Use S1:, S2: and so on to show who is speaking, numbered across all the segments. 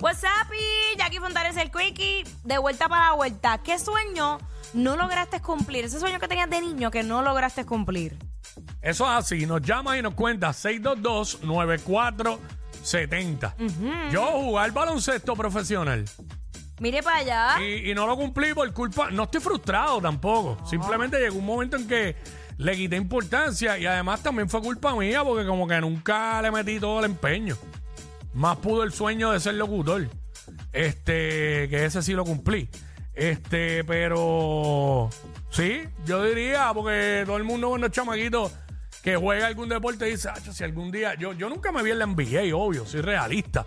S1: WhatsApp y Jackie Fontanes el Quickie, de vuelta para la vuelta. ¿Qué sueño no lograste cumplir? Ese sueño que tenías de niño que no lograste cumplir.
S2: Eso es así, nos llama y nos cuenta 622-9470. Yo jugué al baloncesto profesional
S1: Mire para allá.
S2: y, y no lo cumplí por culpa, no estoy frustrado tampoco, simplemente llegó un momento en que le quité importancia y además también fue culpa mía porque como que nunca le metí todo el empeño. Más pudo el sueño de ser locutor, este, que ese sí lo cumplí. Este, pero sí, yo diría, porque todo el mundo cuando es chamaquito que juega algún deporte dice, "Acho, si algún día, yo, yo nunca me vi en la NBA, obvio, soy realista.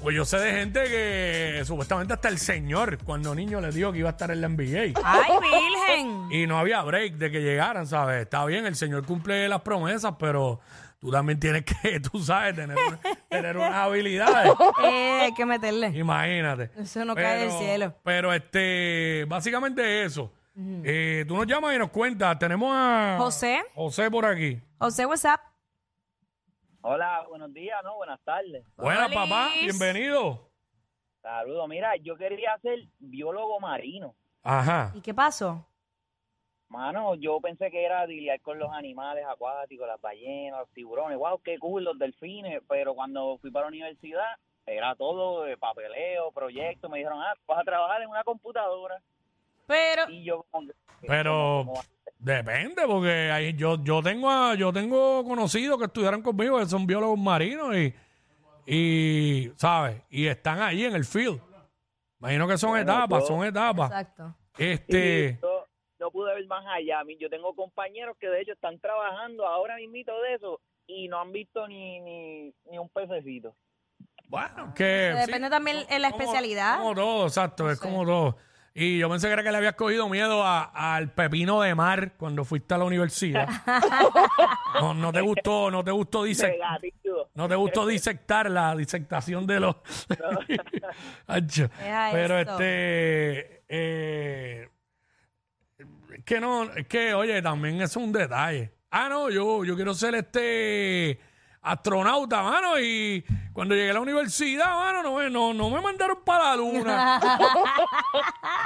S2: Pues yo sé de gente que supuestamente hasta el señor cuando niño le dijo que iba a estar en la NBA.
S1: ¡Ay, virgen!
S2: Y no había break de que llegaran, ¿sabes? Está bien, el señor cumple las promesas, pero tú también tienes que, tú sabes, tener, una- tener unas habilidades.
S1: Eh, hay que meterle.
S2: Imagínate.
S1: Eso no cae del cielo.
S2: Pero este, básicamente eso. Eh, tú nos llamas y nos cuentas. Tenemos a
S1: José.
S2: José por aquí.
S1: José, WhatsApp.
S3: Hola, buenos días, no, buenas tardes.
S2: Buenas,
S1: Olis.
S2: papá. Bienvenido.
S3: Saludos, mira, yo quería ser biólogo marino.
S2: Ajá.
S1: ¿Y qué pasó?
S3: Mano, yo pensé que era lidiar con los animales acuáticos, las ballenas, los tiburones, wow, qué cool, los delfines, pero cuando fui para la universidad era todo de papeleo, proyectos, me dijeron, ah, vas a trabajar en una computadora.
S1: Pero,
S3: Y yo como que-
S2: Pero
S3: como- como-
S2: depende, porque ahí yo, yo tengo a- yo tengo conocidos que estudiaron conmigo, que son biólogos marinos y, y ¿sabes? Y están ahí en el field. Imagino que son
S3: Bueno,
S2: etapas,
S3: yo-
S2: son etapas.
S1: exacto.
S2: Este,
S3: yo no pude ver más allá. A mí- Yo tengo compañeros que de hecho están trabajando ahora mismito de eso y no han visto ni, ni, ni un pececito.
S2: bueno, que sí,
S1: Depende también en la
S2: como-
S1: especialidad.
S2: Como todo, exacto, es como todo. Y yo pensé que era que le habías cogido miedo a- al pepino de mar cuando fuiste a la universidad. no, no te gustó, no te gustó dice
S3: Negativo.
S2: No te gustó disectar la disectación de los. Ancho.
S1: Deja
S2: Pero
S1: eso.
S2: este. eh, es que no. Es que, oye, también es un detalle. Ah, no, yo, yo quiero ser este. Astronauta, mano, y cuando llegué a la universidad, mano, no me, no, no me mandaron para la luna.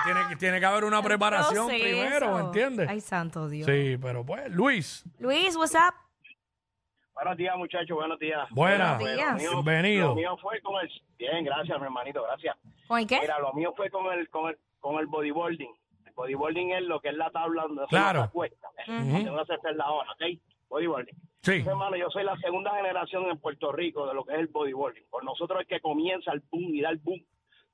S2: tiene, que- tiene que haber una preparación
S1: Entonces,
S2: primero,
S1: eso.
S2: ¿me
S1: Ay,
S2: entiendes?
S1: santo Dios.
S2: Sí, pero pues, Luis,
S1: Luis, WhatsApp.
S4: Buenos días, muchachos, buenos días.
S2: buena,
S1: Buenos días.
S2: bienvenido.
S4: Lo mío fue con el... Bien, gracias, mi hermanito, gracias.
S1: ¿Con el qué?
S4: Mira, lo mío fue con el, con el, con el bodyboarding. El bodyboarding es lo que es la tabla donde se
S2: Claro.
S4: cuesta.
S2: Ujú.
S4: Tengo que hacer la hora, ¿ok? Bodyboarding.
S2: Sí.
S4: Hermano, yo soy la segunda generación en Puerto Rico de lo que es el bodyboarding. Por nosotros es que comienza el boom y da el boom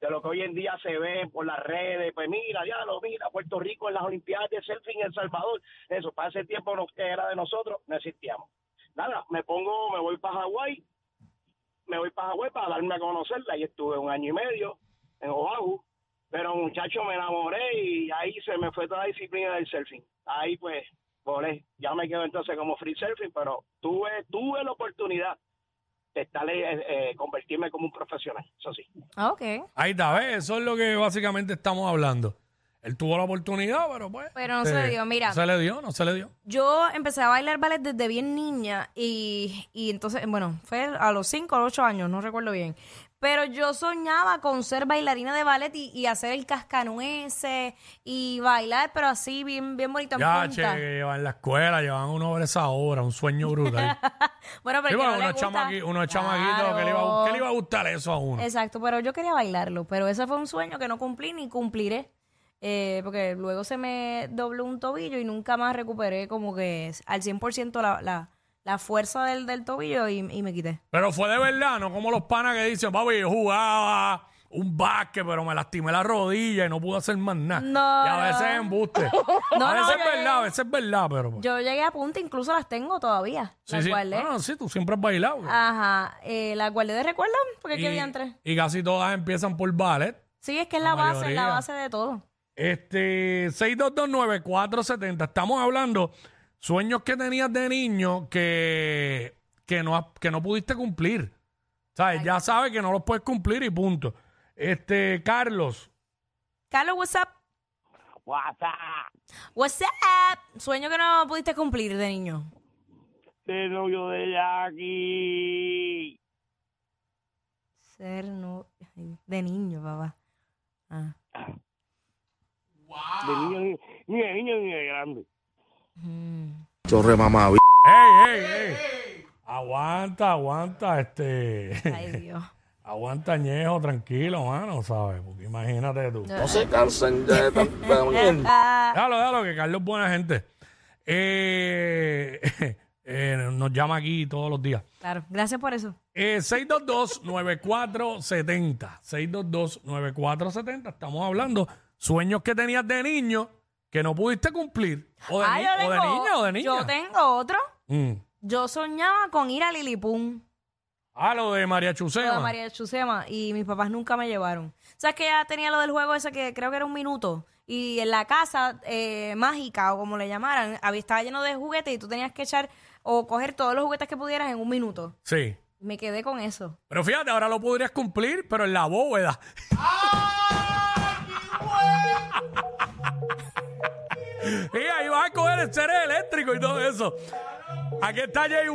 S4: de lo que hoy en día se ve por las redes. Pues mira, ya lo mira, Puerto Rico en las Olimpiadas de Selfie en El Salvador. Eso, para ese tiempo no- que era de nosotros, no existíamos. Nada, me pongo, me voy para Hawái, me voy para Hawái para darme a conocerla. Ahí estuve un año y medio en Oahu. Pero muchacho, me enamoré y ahí se me fue toda la disciplina del surfing. Ahí pues, volé. Ya me quedo entonces como free surfing, pero tuve tuve la oportunidad de estar, eh, eh, convertirme como un profesional, eso sí.
S1: Ah, ok.
S2: Ahí está, ¿ves? Eso es lo que básicamente estamos hablando. Él tuvo la oportunidad, pero pues.
S1: Pero no se le dio, mira.
S2: No se le dio, no se le dio.
S1: Yo empecé a bailar ballet desde bien niña y, y entonces, bueno, fue a los 5 o 8 años, no recuerdo bien. Pero yo soñaba con ser bailarina de ballet y, y hacer el cascanueces y bailar, pero así bien, bien bonito en
S2: Ya, che,
S1: punta.
S2: que llevan la escuela, llevan uno ver esa obra, un sueño brutal.
S1: Bueno, pero el
S2: Sí,
S1: que
S2: bueno,
S1: no le
S2: uno, es
S1: gusta-
S2: chamaqui- uno es chamaquito,
S1: Claro.
S2: que le iba, a- ¿qué le iba a gustar eso a uno?
S1: Exacto, pero yo quería bailarlo, pero ese fue un sueño que no cumplí ni cumpliré. eh, porque luego se me dobló un tobillo y nunca más recuperé como que al 100% la, la, la fuerza del, del tobillo y, y me quité.
S2: Pero fue de verdad, no como los panas que dicen, papi, yo jugaba un básquet, pero me lastimé la rodilla y no pude hacer más nada.
S1: No,
S2: Y a veces es
S1: no.
S2: embuste.
S1: No,
S2: a
S1: no,
S2: veces
S1: yo-
S2: es verdad, a veces es verdad, pero. pues,
S1: Yo llegué a punta, incluso las tengo todavía.
S2: sí,
S1: las
S2: sí.
S1: guardé.
S2: Ah, No, sí, tú siempre has bailado. güey.
S1: Ajá, eh, las guardé de recuerdo, porque qué
S2: y,
S1: diantre.
S2: y casi todas empiezan por ballet.
S1: Sí, es que es
S2: la
S1: la, base, es la
S2: mayoría.
S1: base de todo.
S2: Este, 6229470. Estamos hablando sueños que tenías de niño que, que, no, has- que no pudiste cumplir. ¿Sabes? Ya sabes que no los puedes cumplir y punto. Este, Carlos.
S1: Carlos, what's up?
S3: WhatsApp.
S1: What's up? Sueño que no pudiste cumplir de niño.
S3: de novio de Jackie.
S1: Ser no. ay. de niño, papá. Ah.
S4: De niño, ni de niño ni de grande.
S1: mm.
S5: Chorre mamá,
S2: ¡Ey, ey, ey! Aguanta, aguanta, este.
S1: Ay, Dios.
S2: aguanta, añejo, tranquilo, mano, ¿sabes? Porque imagínate tú.
S5: No se cansen ya de tanta mierda.
S1: Ah,
S2: Déjalo, déjalo, que Carlos es buena gente. Eh, eh, nos llama aquí todos los días.
S1: claro, gracias por eso.
S2: Eh, 622-9470. 622-9470. Estamos hablando sueños que tenías de niño que no pudiste cumplir. O de,
S1: Ah,
S2: ni-
S1: yo
S2: o de
S1: tengo-
S2: niño o de niña.
S1: Yo tengo otro.
S2: Mm.
S1: Yo soñaba con ir a Lilipum,
S2: Ah, lo de María
S1: lo de
S2: Chusema.
S1: María de Chusema, y mis papás nunca me llevaron. ¿Sabes que ya tenía lo del juego ese que creo que era un minuto? Y en la casa eh, mágica, o como le llamaran, había, estaba lleno de juguetes y tú tenías que echar o coger todos los juguetes que pudieras en un minuto.
S2: Sí.
S1: Me quedé con eso.
S2: Pero fíjate, ahora lo podrías cumplir, pero en la bóveda. y ahí vas a coger el cerebro eléctrico y todo eso. Aquí está Jay